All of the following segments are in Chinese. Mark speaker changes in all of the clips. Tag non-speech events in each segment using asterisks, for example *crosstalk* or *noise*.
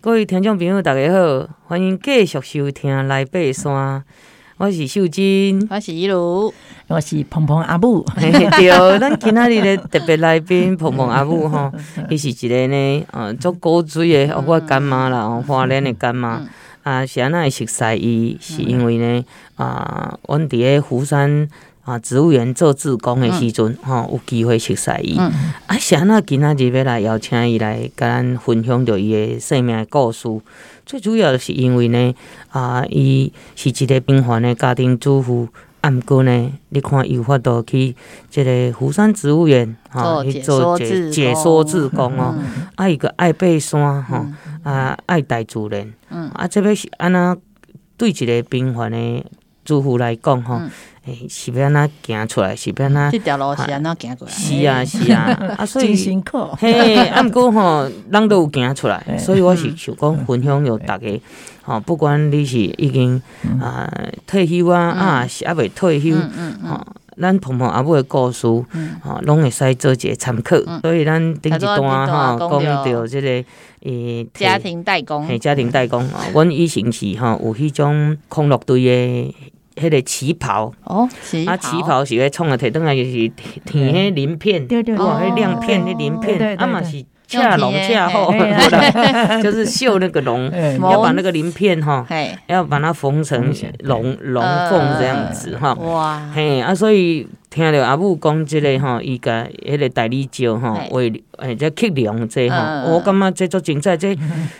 Speaker 1: 各位听众朋友，大家好，欢迎继续收听《来爬山》，我是秀
Speaker 2: *laughs*
Speaker 1: 珍。
Speaker 2: 我是一路，
Speaker 3: 我是鹏鹏阿母，
Speaker 1: 嘿嘿对，咱今仔日咧特别来宾鹏鹏阿母吼，伊是一个呢，呃，足古锥的，哦我干妈啦，哦花莲的干妈。啊，是安那会熟悉伊，是因为呢，啊，阮伫咧湖山啊植物园做志工的时阵，吼、有机会熟悉伊。
Speaker 2: 嗯
Speaker 1: 啊，是安那今仔日要来邀请伊来甲咱分享着伊的生命的故事。最主要是因为呢，啊，伊是一个平凡的家庭主妇。啊，毋过呢，你看伊有法度去即个湖山植物园，
Speaker 2: 做
Speaker 1: 去
Speaker 2: 解说
Speaker 1: 解
Speaker 2: 志
Speaker 1: 解
Speaker 2: 工
Speaker 1: 说志工哦，
Speaker 2: 嗯
Speaker 1: 啊，伊个爱爬山吼，啊，爱大自然，
Speaker 2: 嗯
Speaker 1: 啊，这要是安那对一个平凡的主妇来讲吼，诶、
Speaker 2: 嗯
Speaker 1: 是要安那行出来，是要安那
Speaker 2: 这，条路是安怎行过来？
Speaker 1: 啊是啊，是
Speaker 2: *laughs*
Speaker 1: 啊，啊，所
Speaker 3: 真
Speaker 1: 以。
Speaker 3: 辛苦。
Speaker 1: 嘿，啊，毋过吼，人都有行出来，
Speaker 3: 嘿
Speaker 1: 所以我
Speaker 2: 嗯
Speaker 1: 是想讲分享予大家，吼，不管你是已经啊退休啊，啊是还未退休，
Speaker 2: 嗯嗯嗯，
Speaker 1: 吼，咱婆婆阿母的故事，吼，拢会使做一个参考。所以咱顶一段
Speaker 2: 嗯头
Speaker 1: 吼
Speaker 2: 拄
Speaker 1: 讲
Speaker 2: 仔
Speaker 1: 到
Speaker 2: 讲到
Speaker 1: 即个诶
Speaker 2: 家庭代工
Speaker 1: 嘿，家庭代工哦，阮以前是吼有迄种空乐队的迄个旗袍，
Speaker 2: 哦，旗
Speaker 1: 啊，旗袍是咧创个摕倒来就是填迄鳞片，
Speaker 3: 对对对
Speaker 1: 哇，迄亮片、
Speaker 3: 哦
Speaker 1: 迄鳞
Speaker 3: 对对
Speaker 1: 片，
Speaker 3: 对
Speaker 1: 啊嘛是恰拢恰好，
Speaker 3: 用铁的
Speaker 1: *laughs* 对啦就是绣那个龙，
Speaker 3: 哎
Speaker 2: 毛
Speaker 1: 要把那个鳞片哈，
Speaker 2: 嘿，
Speaker 1: 要把它缝成
Speaker 3: 缝起来
Speaker 1: 龙龙凤这样子哈。
Speaker 2: 哇，
Speaker 1: 哦嘿，啊，所以听着阿母讲即个吼，伊甲迄个代理招吼，
Speaker 2: 嘿
Speaker 1: 为诶这克量这吼，
Speaker 2: 嗯嗯
Speaker 1: 我感觉这足精彩，
Speaker 2: *laughs*
Speaker 1: 这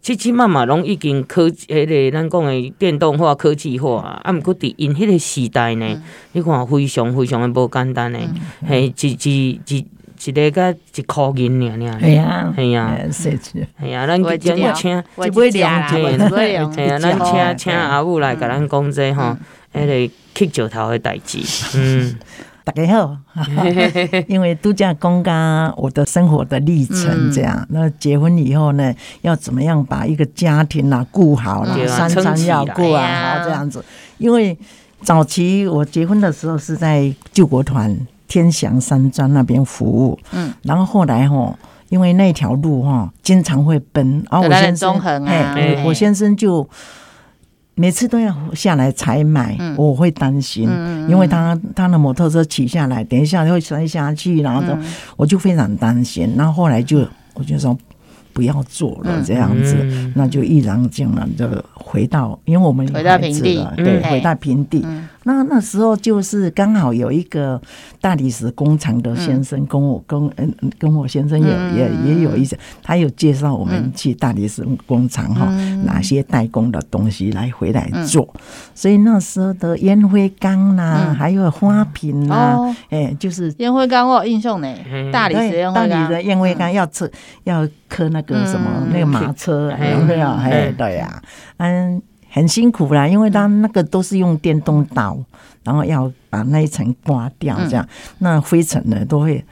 Speaker 1: 即即慢慢拢已经科技迄个咱讲诶电动化、科技化啊，啊，毋过伫因迄个时代呢，
Speaker 2: 嗯
Speaker 1: 你看非常非常诶无简单诶，嘿，一一一一个甲一箍银尔尔，
Speaker 3: 系啊，
Speaker 1: 嘿啊
Speaker 3: 哎，设置
Speaker 1: 嘿啊，咱
Speaker 2: 我
Speaker 1: 今
Speaker 2: 一
Speaker 1: 日
Speaker 2: 条
Speaker 1: 请。
Speaker 2: 我一家啦，哦
Speaker 1: 这
Speaker 2: 我
Speaker 1: 尾
Speaker 2: 一
Speaker 1: 两
Speaker 2: 尾
Speaker 1: 嘿啊，
Speaker 2: 两，
Speaker 1: 咱
Speaker 3: 一条
Speaker 1: 请请阿母
Speaker 2: 嗯
Speaker 1: 来甲咱讲这吼，迄个乞石头诶代志，嗯，
Speaker 3: 大家
Speaker 2: *laughs*
Speaker 3: 好，因为度假公家我的生活的历程
Speaker 2: 嗯
Speaker 3: 这样。那结婚以后呢，要怎么样把一个家庭啊顾好啦
Speaker 1: 对，啊
Speaker 3: 三
Speaker 1: 撑
Speaker 3: 餐
Speaker 1: 起
Speaker 3: 要
Speaker 1: 来
Speaker 3: 顾
Speaker 2: 哎
Speaker 3: 啊，
Speaker 2: 呀
Speaker 3: 好这样子。因为早期我结婚的时候是在救国团天祥山庄那边服务，
Speaker 2: 嗯，
Speaker 3: 然后后来吼。因为那条路哈，经常会崩，然后我
Speaker 2: 有那个
Speaker 3: 先生
Speaker 2: 中横啊
Speaker 3: 嘿
Speaker 1: 哎
Speaker 3: 我我先生就每次都要下来采买，
Speaker 2: 嗯
Speaker 3: 我会担心，
Speaker 2: 嗯嗯嗯
Speaker 3: 因为他他的摩托车骑下来，等一下就会摔下去，然后就、
Speaker 2: 嗯
Speaker 3: 我就非常担心。然后后来就我就说不要做了
Speaker 2: 嗯
Speaker 3: 这样子，
Speaker 1: 嗯
Speaker 3: 那就毅然决然的回到，因为我们有
Speaker 2: 回到
Speaker 3: 孩
Speaker 2: 平
Speaker 3: 子
Speaker 2: 地
Speaker 3: 了对，
Speaker 2: 嗯
Speaker 3: 回到平地。
Speaker 2: 嗯
Speaker 3: 那那时候就是刚好有一个大理石工厂的先生跟我跟嗯嗯跟我先生也
Speaker 2: 嗯
Speaker 3: 也也有一些，他有介绍我们
Speaker 2: 嗯
Speaker 3: 去大理石工厂哈
Speaker 2: 嗯
Speaker 3: 哪些代工的东西来回来做，所以那时候的烟灰缸啦，
Speaker 2: 嗯
Speaker 3: 还有花
Speaker 1: 嗯
Speaker 3: 瓶啦，
Speaker 2: 哦，
Speaker 3: 哎，就是
Speaker 2: 烟灰缸我有印象呢，大理石
Speaker 3: 对
Speaker 2: 烟
Speaker 3: 大
Speaker 2: 灰
Speaker 3: 理的
Speaker 2: 缸，
Speaker 3: 烟灰缸要吃要磕那个什么
Speaker 2: 嗯哎
Speaker 3: 那个马车啊，
Speaker 1: 嘿
Speaker 3: 有没有？嘿
Speaker 1: 嗯，
Speaker 3: 对呀，嗯，很辛苦啦，因为他
Speaker 2: 嗯
Speaker 3: 那个都是用电动刀，然后要把那一层刮掉，这样那灰尘呢都会。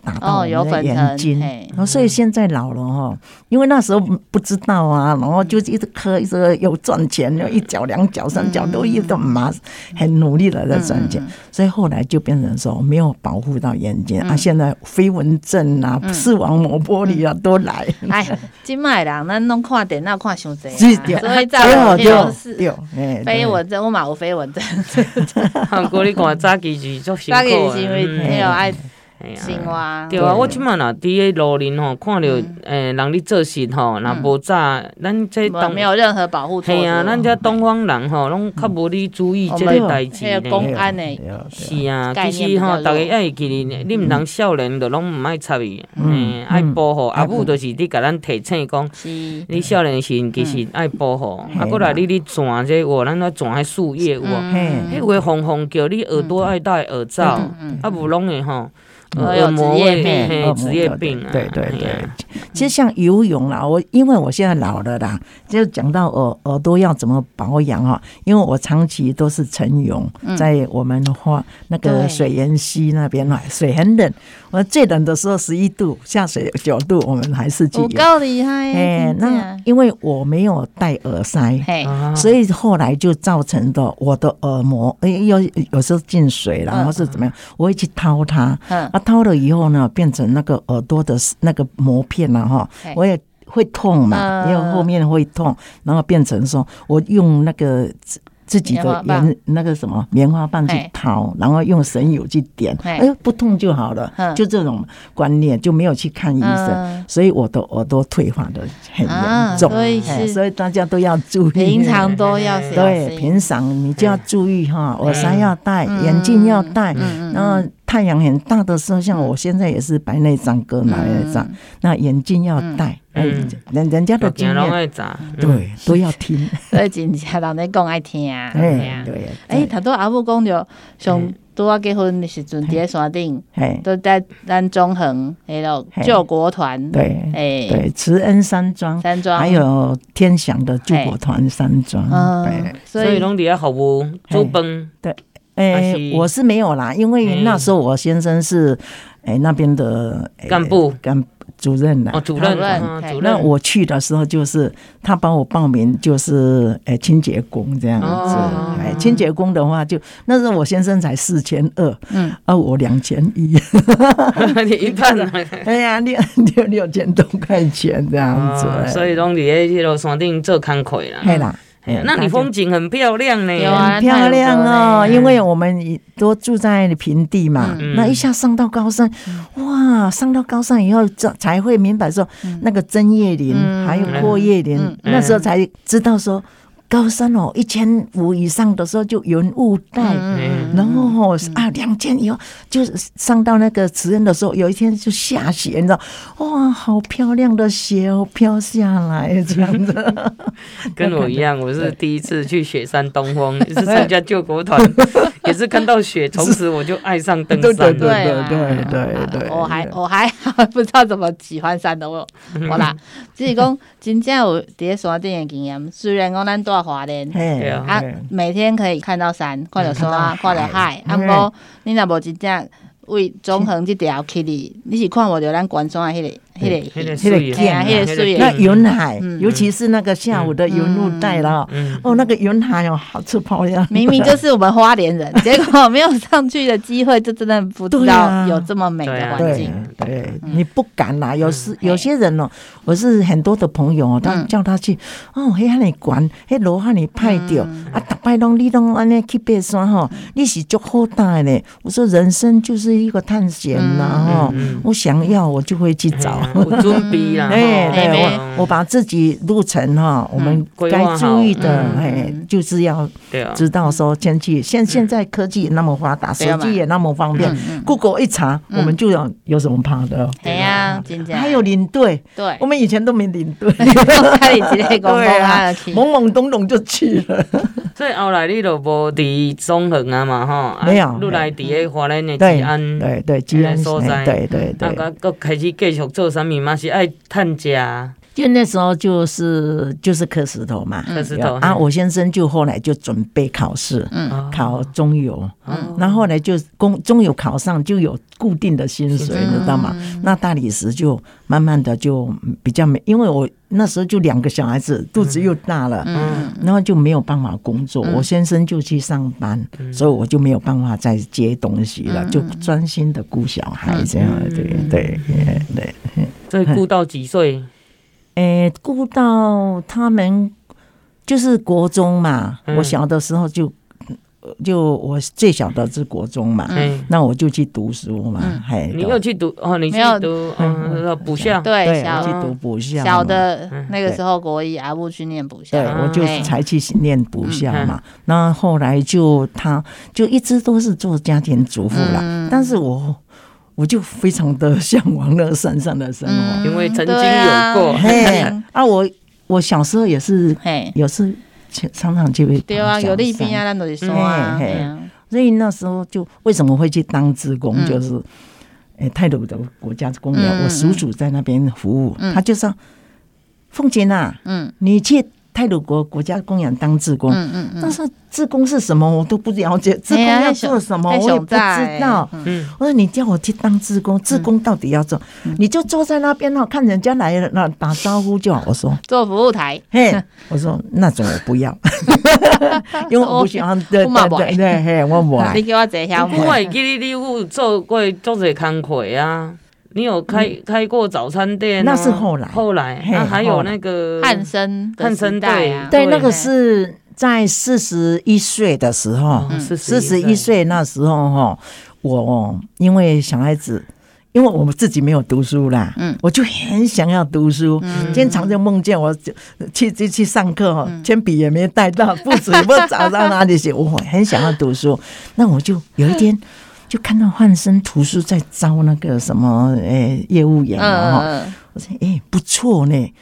Speaker 3: 打到
Speaker 2: 嗯哦
Speaker 3: 我
Speaker 2: 有
Speaker 3: 们的
Speaker 2: 粉
Speaker 3: 眼
Speaker 2: 尘
Speaker 3: 睛，
Speaker 2: 嘿嗯
Speaker 3: 然后所以现在老了哈，因为那时候不知道啊，然后就一直磕，一直有赚钱，有一脚两脚三脚都一直
Speaker 2: 嗯
Speaker 3: 麻，很努力的在赚钱。所以后来就变成说没有保护到眼睛、
Speaker 2: 嗯
Speaker 3: 啊，现在飞蚊症啊、视网膜玻璃啊都来， *laughs*
Speaker 2: 哎，今麦人咱拢看电脑看伤济，
Speaker 3: 是的
Speaker 2: 所以早
Speaker 3: 对啊
Speaker 2: 就
Speaker 3: 对
Speaker 2: 是
Speaker 3: 对，哎，对
Speaker 2: 飞蚊症，我嘛有飞蚊症，
Speaker 1: *laughs* 啊，不过你看早期是足辛苦
Speaker 2: 大概
Speaker 1: 的
Speaker 2: 是因为
Speaker 1: 嗯
Speaker 2: 迄个爱
Speaker 1: 嘿啊
Speaker 2: 生活，
Speaker 1: 对啊，我即满若伫咧路林吼，看着诶人咧做事吼，若无早，咱这
Speaker 2: 嗯没
Speaker 1: 东
Speaker 2: 没有任何保护措施，
Speaker 1: 嘿啊，咱这东方人吼，拢较无咧注意即个代志
Speaker 2: 我们那个
Speaker 1: 呢。
Speaker 2: 公
Speaker 3: 对
Speaker 2: 安的
Speaker 3: 对对
Speaker 1: 是啊，
Speaker 2: 哎概
Speaker 1: 其
Speaker 2: 念
Speaker 1: 实吼，
Speaker 2: 比
Speaker 1: 逐
Speaker 2: 较弱
Speaker 1: 个爱会记哩，你毋通少年就拢毋爱插伊，嗯，
Speaker 3: 嗯
Speaker 1: 爱
Speaker 3: 嗯
Speaker 1: 保护。阿
Speaker 3: 爱
Speaker 1: 母
Speaker 3: 保
Speaker 1: 就是你甲咱提醒讲。
Speaker 2: 是，
Speaker 1: 你少年时其实爱保护，啊，
Speaker 3: 嘿
Speaker 1: 过来
Speaker 3: 啦
Speaker 1: 你咧转这有无咱咧转迄树叶有无？啊
Speaker 2: 嗯
Speaker 1: 迄
Speaker 3: 嘿，
Speaker 1: 有诶红红叫你耳朵爱戴耳罩，啊无拢会吼，
Speaker 2: 嗯
Speaker 1: 呃
Speaker 2: 有
Speaker 1: 耳膜
Speaker 2: 职业
Speaker 1: 会
Speaker 2: 病
Speaker 1: 嘿
Speaker 3: 恶魔
Speaker 1: 职业病啊，
Speaker 3: 哦对对对
Speaker 1: 哎呀，
Speaker 3: 其实像游泳啦，我因为我现在老了啦，就讲到耳耳朵要怎么保养哈，因为我长期都是晨泳，在我们花那个
Speaker 2: 嗯对
Speaker 3: 水源溪那边啊，水很冷，我最冷的时候十一度，下水九度，我们还是去
Speaker 2: 有
Speaker 3: 游。
Speaker 2: 够厉害，啊
Speaker 3: 哎，
Speaker 2: 真
Speaker 3: 那
Speaker 2: 的
Speaker 3: 因为我没有戴耳塞，
Speaker 2: 嘿，
Speaker 1: 啊
Speaker 3: 所以后来就造成的我的耳膜，哎，有有时候进水啦，
Speaker 2: 嗯
Speaker 3: 然后是怎么样，我会去掏它，
Speaker 2: 嗯
Speaker 3: 呃啊，掏了以后呢，变成那个耳朵的那个膜片了哈
Speaker 2: 嘿，
Speaker 3: 我也会痛嘛，
Speaker 2: 嗯
Speaker 3: 因为后面会痛，然后变成说我用那个自自己
Speaker 2: 棉花
Speaker 3: 的
Speaker 2: 棒
Speaker 3: 棉那个什么棉花棒去
Speaker 2: 嘿
Speaker 3: 掏，然后用神油去点，
Speaker 2: 嘿
Speaker 3: 哎呦不痛就好了
Speaker 2: 嗯，
Speaker 3: 就这种观念就没有去看医
Speaker 2: 嗯
Speaker 3: 生，所以我的耳朵退化的很
Speaker 2: 啊
Speaker 3: 严重，
Speaker 2: 所以
Speaker 3: 哎
Speaker 2: 是
Speaker 3: 所以大家都要注意，
Speaker 2: 平常都要小
Speaker 3: 对，
Speaker 2: 心。
Speaker 3: 平常你就要注意哈，耳塞要戴，
Speaker 2: 嗯
Speaker 3: 眼镜要戴，然后太阳很大的时候，像我现在也是白内障、跟蓝内
Speaker 2: 嗯
Speaker 3: 障，那眼镜要戴，
Speaker 1: 嗯
Speaker 3: 哎人人家的
Speaker 1: 物
Speaker 3: 经
Speaker 1: 件拢
Speaker 3: 验
Speaker 1: 爱查，嗯，
Speaker 3: 对都要听，
Speaker 2: 所以真正人咧讲爱听 *laughs* 啊。对
Speaker 3: 哎
Speaker 2: 啊
Speaker 3: 对，
Speaker 2: 哎，头拄阿母讲着，上
Speaker 1: 嗯
Speaker 2: 拄啊结婚的时阵，伫咧山顶，
Speaker 3: 哎
Speaker 2: 都在咱中横迄落
Speaker 3: 嘿
Speaker 2: 救国团，
Speaker 3: 对
Speaker 2: 哎，
Speaker 3: 对，慈恩山庄，
Speaker 2: 山庄，哎
Speaker 3: 还有天祥的救国团山庄，对
Speaker 2: 嗯。，
Speaker 1: 所
Speaker 2: 所
Speaker 1: 以
Speaker 2: 以
Speaker 1: 拢伫遐服务煮饭，
Speaker 3: 哎、
Speaker 1: 还是
Speaker 3: 我是没有啦，因为
Speaker 1: 嗯
Speaker 3: 那时候我先生是，哎、那边的哎
Speaker 1: 干部
Speaker 3: 干主任啦，
Speaker 1: 哦，主任，
Speaker 2: 主任
Speaker 1: 啊
Speaker 2: 嘿
Speaker 1: 主
Speaker 3: 那
Speaker 1: 任，
Speaker 3: 我去的时候，就是他帮我报名，就是诶清洁工这样子
Speaker 1: 哦。
Speaker 3: 哎，清洁工的话就，那时候我先生才四千二，
Speaker 2: 嗯，
Speaker 3: 啊，我两千
Speaker 1: *laughs*
Speaker 3: 一，
Speaker 1: 你 *laughs* 一半啊，
Speaker 3: 哎呀，六六六千多块钱这样子。
Speaker 1: 哦
Speaker 3: 哎
Speaker 1: 所以拢伫咧迄落山顶做工课啦。啊
Speaker 3: 嘿啦，哎呀
Speaker 1: 那你风景很漂亮呢，
Speaker 2: 有啊
Speaker 3: 很漂亮
Speaker 2: 那
Speaker 3: 哦，
Speaker 2: 太有
Speaker 3: 因为我们都住在平地嘛，
Speaker 1: 嗯
Speaker 3: 那一下上到高山，
Speaker 2: 嗯
Speaker 3: 哇，上到高山以后，这才会明白说、那个针叶林、
Speaker 2: 嗯
Speaker 3: 还有阔叶林，
Speaker 2: 嗯
Speaker 3: 那时候才知道说高山哦，一千五以上的时候就云雾带。
Speaker 2: 嗯
Speaker 3: 然后哦啊，两千以后就是上到那个慈恩的时候，有一天就下雪，你知道，哇，好漂亮的雪哦，飘下来这样
Speaker 2: *laughs*
Speaker 3: 子。
Speaker 2: 啊
Speaker 1: 跟我一样，我是第一次去雪山东
Speaker 3: *laughs*
Speaker 1: 峰，也是参加救国团，也是看到雪，从此我就爱上登山
Speaker 3: 对
Speaker 1: 了。
Speaker 2: 啊
Speaker 3: 对对对对
Speaker 2: 我还我还好，不知道怎么喜欢山的我，
Speaker 3: *laughs*
Speaker 2: 我啦，只是讲真正有伫咧山顶的经验。虽然讲咱住华联，
Speaker 1: 对
Speaker 3: 嘿
Speaker 1: 啊
Speaker 2: 啊，每天可以看到山，看到山，看
Speaker 3: 看
Speaker 2: 到
Speaker 3: 到
Speaker 2: 海
Speaker 3: 海，
Speaker 2: 啊，不过你若无真正为中横即条去哩，你是看无着咱关山的迄哎个迄个
Speaker 1: 那
Speaker 2: 戏
Speaker 1: 个水
Speaker 3: 嘿
Speaker 1: 啊，
Speaker 3: 啊那
Speaker 2: 个水
Speaker 1: 景
Speaker 3: 那
Speaker 1: 啊
Speaker 3: 云海
Speaker 2: 嗯，
Speaker 3: 尤其是那个下午的云雾带了哦，
Speaker 1: 嗯，
Speaker 3: 哦，那个云海哦，好吃泡呀！
Speaker 2: 明明就是我们花莲
Speaker 3: *laughs*
Speaker 2: 人，结果没有上去的机会，就真的不知
Speaker 3: 对
Speaker 2: 道
Speaker 3: 啊
Speaker 2: 有这么美
Speaker 1: 对
Speaker 2: 的
Speaker 1: 啊
Speaker 2: 环
Speaker 3: 对
Speaker 2: 境。
Speaker 3: 对，你不敢啦。有时
Speaker 2: 嗯
Speaker 3: 有些人哦，我是很多的朋友哦，他
Speaker 2: 嗯
Speaker 3: 叫他去哦，黑汉你管，黑罗汉你派掉
Speaker 2: 嗯
Speaker 3: 啊，大摆拢你拢安尼去爬山吼，你是足好大嘞。我说人生就是一个探险呐吼
Speaker 1: 嗯嗯嗯，
Speaker 3: 我想要我就会去
Speaker 1: 嘿
Speaker 3: 找
Speaker 2: 嗯
Speaker 1: 啊。有准备
Speaker 3: *laughs*
Speaker 1: 啦。
Speaker 3: 哎，
Speaker 1: 吼
Speaker 2: 嘿
Speaker 3: 对
Speaker 2: 没
Speaker 3: 我我把自己路程哈，我们
Speaker 1: 规划
Speaker 3: 该注意
Speaker 1: 好
Speaker 3: 的
Speaker 2: 嗯，
Speaker 3: 哎，就是要
Speaker 1: 对啊，
Speaker 3: 知道说天气。现现在科技也那么发达，
Speaker 2: 对
Speaker 3: 手
Speaker 2: 嘛
Speaker 3: 机也那么方便
Speaker 2: 嗯嗯
Speaker 3: ，Google 一查，我们就有有什么怕的？
Speaker 2: 哎呀，真正
Speaker 3: 还有领队，
Speaker 2: 对
Speaker 3: 我，们以前都没领队，
Speaker 2: *laughs* 开始一个公公
Speaker 3: 对啊
Speaker 2: 啊去，
Speaker 3: *laughs* 懵懵懂懂就去了。
Speaker 1: 所以后来你就无伫中横啊嘛，吼，啊
Speaker 3: 没有
Speaker 1: 后来伫个华南的
Speaker 3: 对
Speaker 1: 吉安，
Speaker 3: 对对，吉安
Speaker 1: 那个所在
Speaker 3: 哎对对
Speaker 1: 啊，
Speaker 3: 对，
Speaker 1: 佮佮开始继续做啥物嘛，是爱趁食，
Speaker 3: 就那时候就是就是磕石头嘛，
Speaker 1: 磕石头
Speaker 3: 啊。
Speaker 1: 嘿
Speaker 3: 我先生就后来就准备考试，
Speaker 1: 哦
Speaker 3: 考中游，
Speaker 1: 哦
Speaker 3: 那后来就公中有考上就有固定的薪水，你知道吗？那大理石就慢慢的就比较没，因为我那时候就两个小孩子，肚子又大了，
Speaker 2: 嗯
Speaker 3: 然后就没有办法工作。我先生就去上班，所以我就没有办法再接东西了，就专心的顾小孩这样。对对对对，
Speaker 1: 所以顾到几岁？
Speaker 3: 诶，哎顾到他们就是国中嘛，
Speaker 1: 嗯
Speaker 3: 我小的时候就就我最小的是国中嘛。
Speaker 1: 哎，
Speaker 3: 那我就去读书嘛，
Speaker 2: 嗯
Speaker 3: 嘿，
Speaker 1: 你有去读哦？你去
Speaker 2: 没有
Speaker 1: 读嗯补校？
Speaker 2: 对，
Speaker 3: 啊对，我
Speaker 2: 小
Speaker 3: 去读补校嘛，
Speaker 2: 小的那个时候国一阿布去念补校
Speaker 3: 啊嗯对，，
Speaker 1: 啊
Speaker 3: 我就
Speaker 2: 哎
Speaker 3: 是才去念补校
Speaker 2: 嗯
Speaker 3: 嘛。那后来就他就一直都是做家庭主妇啦，
Speaker 2: 嗯
Speaker 3: 但是我我就非常的向往那个山上的生活。
Speaker 1: 因为曾经
Speaker 2: 对啊
Speaker 1: 有过
Speaker 3: 嘿
Speaker 2: 嗯，
Speaker 3: 啊，我我小时候也是
Speaker 2: 嘿，
Speaker 3: 有时去常常就会
Speaker 2: 对啊，
Speaker 3: 爬小
Speaker 2: 有利兵啊，
Speaker 3: 山，
Speaker 2: 咱都是山啊，
Speaker 3: 嗯嘿
Speaker 2: 嘿啊
Speaker 3: 所以那时候就为什么会去当职工，
Speaker 2: 嗯
Speaker 3: 就是诶、泰鲁的国家公园，
Speaker 2: 嗯嗯
Speaker 3: 我叔叔在那边服务，
Speaker 2: 嗯
Speaker 3: 他就说：“凤姐啊，
Speaker 2: 嗯
Speaker 3: 你去泰鲁国国家公园当志工，
Speaker 2: 嗯哎嗯
Speaker 3: 但是志工是什么我都不了解，志工要做什么
Speaker 2: 嘿啊
Speaker 3: 我也不知道。
Speaker 2: 嗯
Speaker 1: 嗯，
Speaker 3: 我说你叫我去当志工，志工到底要做？你就坐在那边哦，看人家来了，那打招呼就好。
Speaker 2: *laughs*
Speaker 3: 我说，
Speaker 2: 做服务台，
Speaker 3: 嘿，我说那种我不
Speaker 2: *laughs*
Speaker 3: 要，因为我不喜欢。对
Speaker 2: 我嘛
Speaker 3: 对
Speaker 2: 不爱
Speaker 3: 对对，嘿，我不爱
Speaker 2: 你。叫我坐
Speaker 1: 不
Speaker 2: 遐
Speaker 1: 过我会记得你有做过做侪工课啊，你有开开过早餐店啊？
Speaker 3: 嗯那是后来
Speaker 1: 后来，
Speaker 3: 嘿
Speaker 1: 那还
Speaker 3: 后
Speaker 1: 有
Speaker 3: 来
Speaker 1: 那个
Speaker 2: 汉生的
Speaker 1: 汉森
Speaker 2: 时代啊，
Speaker 3: 对，
Speaker 1: 对
Speaker 3: 那个是在四十一岁的时候，嗯四十一，岁那时候哈，我因为小孩子，因为我们自己没有读书啦，
Speaker 2: 嗯
Speaker 3: 我就很想要读书。今天常常梦见我就去去去上课哦，铅笔也没带到，不知也不知道找到哪里写， *laughs* 我很想要读书。那我就有一天。就看到汉森图书在招那个什么诶、业务员啊哈，
Speaker 2: 嗯，
Speaker 3: 我说诶、不错呢，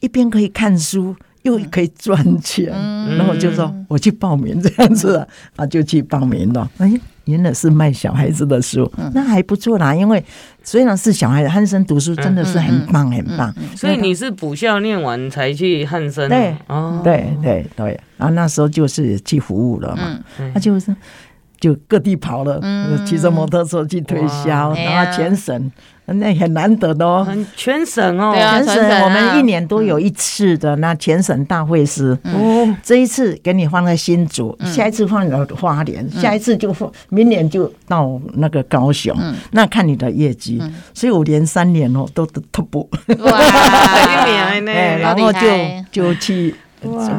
Speaker 3: 一边可以看书，又可以赚钱，
Speaker 2: 嗯
Speaker 3: 然后我就说我去报名这样子啊，啊就去报名了。哎，原来是卖小孩子的书，
Speaker 2: 嗯
Speaker 3: 那还不错啦。因为虽然是小孩子，汉森读书真的是很棒，很棒。
Speaker 2: 嗯
Speaker 1: 嗯所以你是补校念完才去汉森的，
Speaker 3: 对
Speaker 1: 哦，
Speaker 2: 嗯
Speaker 3: 对对对，然后那时候就是去服务了嘛，
Speaker 1: 对
Speaker 2: 嗯
Speaker 3: 他就是。就各地跑了，骑着摩托车去推销，
Speaker 2: 哇哎
Speaker 3: 然后全省，那很难得的哦。
Speaker 1: 很全省哦，
Speaker 2: 对啊嗯全
Speaker 3: 全
Speaker 2: 省
Speaker 3: 省我们一年都有一次的那全省大会师，
Speaker 1: 哦，
Speaker 3: 这一次给你放在新竹，
Speaker 2: 嗯
Speaker 3: 下一次放到花莲，下一次就放，明年就到那个高雄，
Speaker 2: 嗯
Speaker 3: 那看你的业绩。所以我连三年哦都都
Speaker 1: *laughs*
Speaker 3: top， *laughs*
Speaker 1: 排
Speaker 2: 嗯哇，
Speaker 1: 名啊呢，
Speaker 3: 哎，然
Speaker 2: 好
Speaker 3: 后
Speaker 2: 厉
Speaker 3: 就
Speaker 2: 害
Speaker 3: 就去。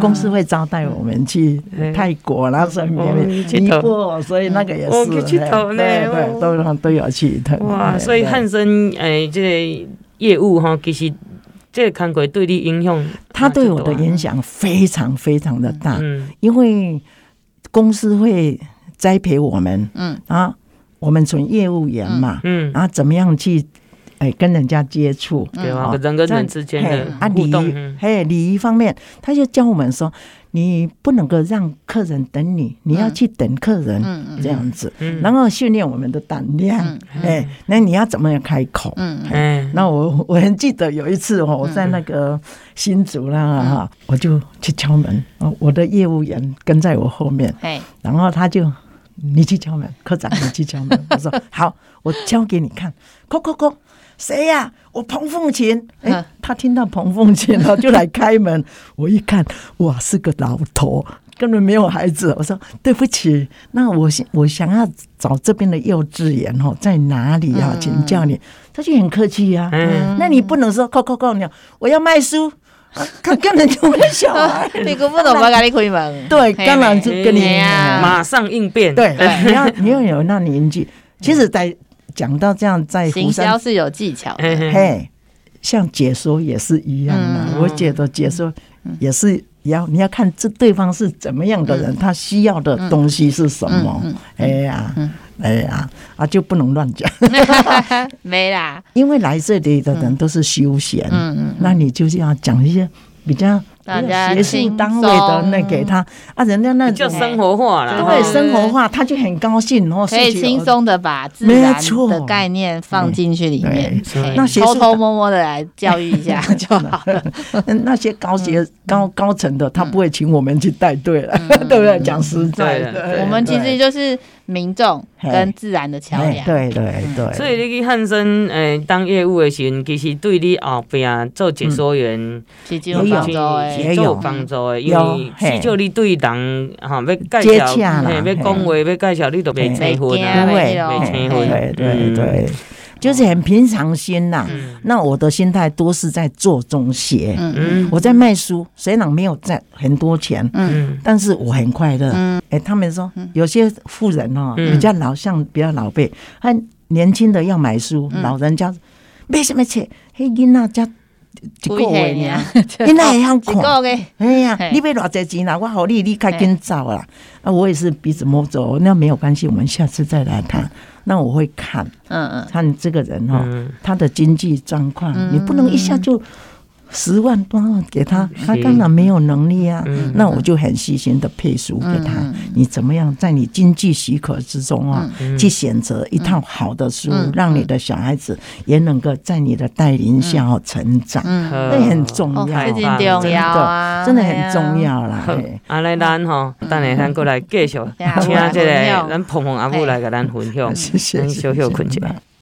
Speaker 3: 公司会招待我们去泰国啦，什么
Speaker 1: 哦你去
Speaker 3: 尼泊尔，所以那个也
Speaker 1: 哦
Speaker 3: 是，
Speaker 1: 你去
Speaker 3: 哎
Speaker 1: 投呢
Speaker 3: 对
Speaker 1: 哦
Speaker 3: 对，都都有去的。
Speaker 1: 哇，
Speaker 3: 哎
Speaker 1: 所以
Speaker 3: 对
Speaker 1: 汉森诶，这个业务哈，其实这个工作对你影响，
Speaker 3: 他对我的
Speaker 1: 啊，
Speaker 3: 影响非常非常的大，
Speaker 1: 嗯
Speaker 3: 因为公司会栽培我们，
Speaker 2: 嗯
Speaker 3: 啊，我们纯业务员嘛，
Speaker 1: 嗯，
Speaker 3: 然后怎么样去哎跟人家接触，
Speaker 2: 嗯
Speaker 1: 对啊
Speaker 3: 哦，
Speaker 1: 人跟
Speaker 3: 这样
Speaker 1: 人之间
Speaker 3: 嘿啊
Speaker 1: 的
Speaker 3: 礼
Speaker 1: 互动，
Speaker 3: 仪
Speaker 1: 嗯，
Speaker 3: 嘿礼仪方面，他就教我们说，你不能够让客人等你，你要去等客人，
Speaker 2: 嗯嗯
Speaker 3: 这样子，
Speaker 1: 嗯
Speaker 3: 然后训练我们的胆量
Speaker 2: 嗯，
Speaker 3: 哎，那你要怎么样开口？
Speaker 2: 嗯
Speaker 1: 哎，
Speaker 3: 那我我很记得有一次哦，我在那个新竹啦哈，我就去敲门，哦我的业务员跟在我后面，
Speaker 2: 哎，
Speaker 3: 然后他就你去敲门，科长你去敲
Speaker 2: *laughs*
Speaker 3: 门，我说好，我敲给你看，叩叩叩，谁呀、我彭凤琴，哎
Speaker 2: 嗯，，
Speaker 3: 他听到彭凤琴了，就来开门， *laughs* 我一看，哇，是个老头。根本没有孩子，我说对不起，那我想我想要找这边的幼稚园哦，在哪里啊？请教你，他就很客气呀、
Speaker 1: 嗯
Speaker 3: 那你不能说扣扣扣，你我要卖书，啊他根本就没小 *laughs* 孩
Speaker 2: 啊 *laughs* 你根本都不甲你开门，
Speaker 3: 对，
Speaker 2: 嘿
Speaker 3: 当然就跟你
Speaker 2: 嘿啊
Speaker 1: 哎马上应变，
Speaker 3: *laughs* 对
Speaker 2: 对，
Speaker 3: 你要你要有那
Speaker 2: *laughs*
Speaker 3: 年纪。其实在，讲到这样，在
Speaker 2: 行
Speaker 3: 湖
Speaker 2: 销
Speaker 3: 山，
Speaker 2: 是有技巧的，
Speaker 1: 嘿，嘿嘿
Speaker 3: 哎嘿，像解说也是一样啊。
Speaker 1: 嗯
Speaker 3: 我觉得解说也是一样，你要看这对方是怎么样的
Speaker 2: 嗯
Speaker 3: 人，他需要的东西是什么。哎呀，
Speaker 2: 嗯
Speaker 3: 哎呀，啊，就不能乱讲， *laughs*
Speaker 2: 没啦，
Speaker 3: 因为来这里的人都是休闲，
Speaker 2: 嗯嗯，
Speaker 3: 那你就是要讲一些比较。比
Speaker 2: 大
Speaker 3: 较
Speaker 2: 家
Speaker 3: 学术
Speaker 2: 轻
Speaker 3: 单位的那
Speaker 2: 松
Speaker 3: 给他啊，人家那
Speaker 1: 就
Speaker 3: 种
Speaker 1: 生活化了，
Speaker 3: 对
Speaker 1: 哈
Speaker 2: 对
Speaker 3: 生活化，他就很高兴，然后
Speaker 2: 可以
Speaker 3: 兴趣
Speaker 2: 轻
Speaker 3: 而
Speaker 2: 松的把自然
Speaker 3: 没错
Speaker 2: 的概念放进去里面，
Speaker 1: 对
Speaker 2: 嘿
Speaker 3: 那学术
Speaker 2: 偷偷摸摸的来教育一
Speaker 3: *laughs*
Speaker 2: 下就好了。
Speaker 3: 嗯那些高学高高层的，他不会请我们去带队了， *laughs* 对不对？讲实在
Speaker 1: 对
Speaker 3: 的
Speaker 1: 对，
Speaker 2: 我们其实就是民众
Speaker 3: 嘿
Speaker 2: 跟自然的桥
Speaker 3: 哎
Speaker 2: 梁。
Speaker 3: 对对对，
Speaker 1: 所以你去汉森诶、当业务的时候，其实对你后边做解说员，
Speaker 2: 是这
Speaker 3: 也
Speaker 2: 种
Speaker 3: 嗯有
Speaker 1: 是做帮
Speaker 2: 帮助的，
Speaker 1: 助的，因为至少你对人哈、要介绍，要讲话要介绍，你都袂
Speaker 2: 嘿
Speaker 1: 生分
Speaker 3: 因
Speaker 1: 啊，
Speaker 3: 为
Speaker 2: 哎
Speaker 1: 袂
Speaker 2: 嘿
Speaker 1: 生
Speaker 2: 嘿
Speaker 1: 分，
Speaker 3: 对对对，就是很平常心呐。那我的心态都是在做中学，
Speaker 1: 嗯
Speaker 3: 我在卖书，虽然没有赚很多钱，
Speaker 1: 嗯
Speaker 3: 但是我很快乐。
Speaker 2: 嗯
Speaker 3: 哎，他们说有些富人哦，
Speaker 1: 嗯
Speaker 3: 比较老，像比较老辈，他年轻的要买书，
Speaker 1: 嗯
Speaker 3: 老人家没什么钱，嘿，囡仔才一个月
Speaker 2: 年
Speaker 3: 尔，，囡仔会晓
Speaker 2: 一
Speaker 3: 看。
Speaker 2: 个
Speaker 3: *laughs*
Speaker 2: 月，
Speaker 3: 哎呀
Speaker 2: 嘿，
Speaker 3: 你要偌济钱啦？啊我好你，你赶紧走啦！啊，我也是鼻子摸着，那没有关系，我们下次再来谈。那我会看
Speaker 2: 嗯嗯，
Speaker 3: 看这个人哈、
Speaker 1: 嗯
Speaker 3: 他的经济状况，你不能一下就
Speaker 2: 嗯
Speaker 3: 十万多万给他，他当然没有能力啊。
Speaker 2: 嗯
Speaker 3: 那我就很细心的配书给他，你怎么样在你经济许可之中
Speaker 2: 嗯
Speaker 3: 啊，
Speaker 1: 嗯
Speaker 3: 去选择一套好的书，让你的小孩子也能够在你的带领下哦成长，
Speaker 1: 嗯
Speaker 3: 那很重
Speaker 2: 哦，
Speaker 3: 要啊，
Speaker 1: 太
Speaker 2: 这真
Speaker 1: 棒了
Speaker 2: 重要啊，
Speaker 3: 真的
Speaker 2: 嘿
Speaker 3: 很
Speaker 2: 啊
Speaker 3: 重。要啦。
Speaker 1: 好
Speaker 3: 嘿，嗯
Speaker 1: 安尼咱吼，等下咱过来继续，请这个咱鹏鹏阿母来甲咱分享，
Speaker 3: 谢谢，
Speaker 1: 咱
Speaker 3: *laughs* 谢
Speaker 1: 小
Speaker 3: 谢
Speaker 1: 小困一下。
Speaker 3: 谢谢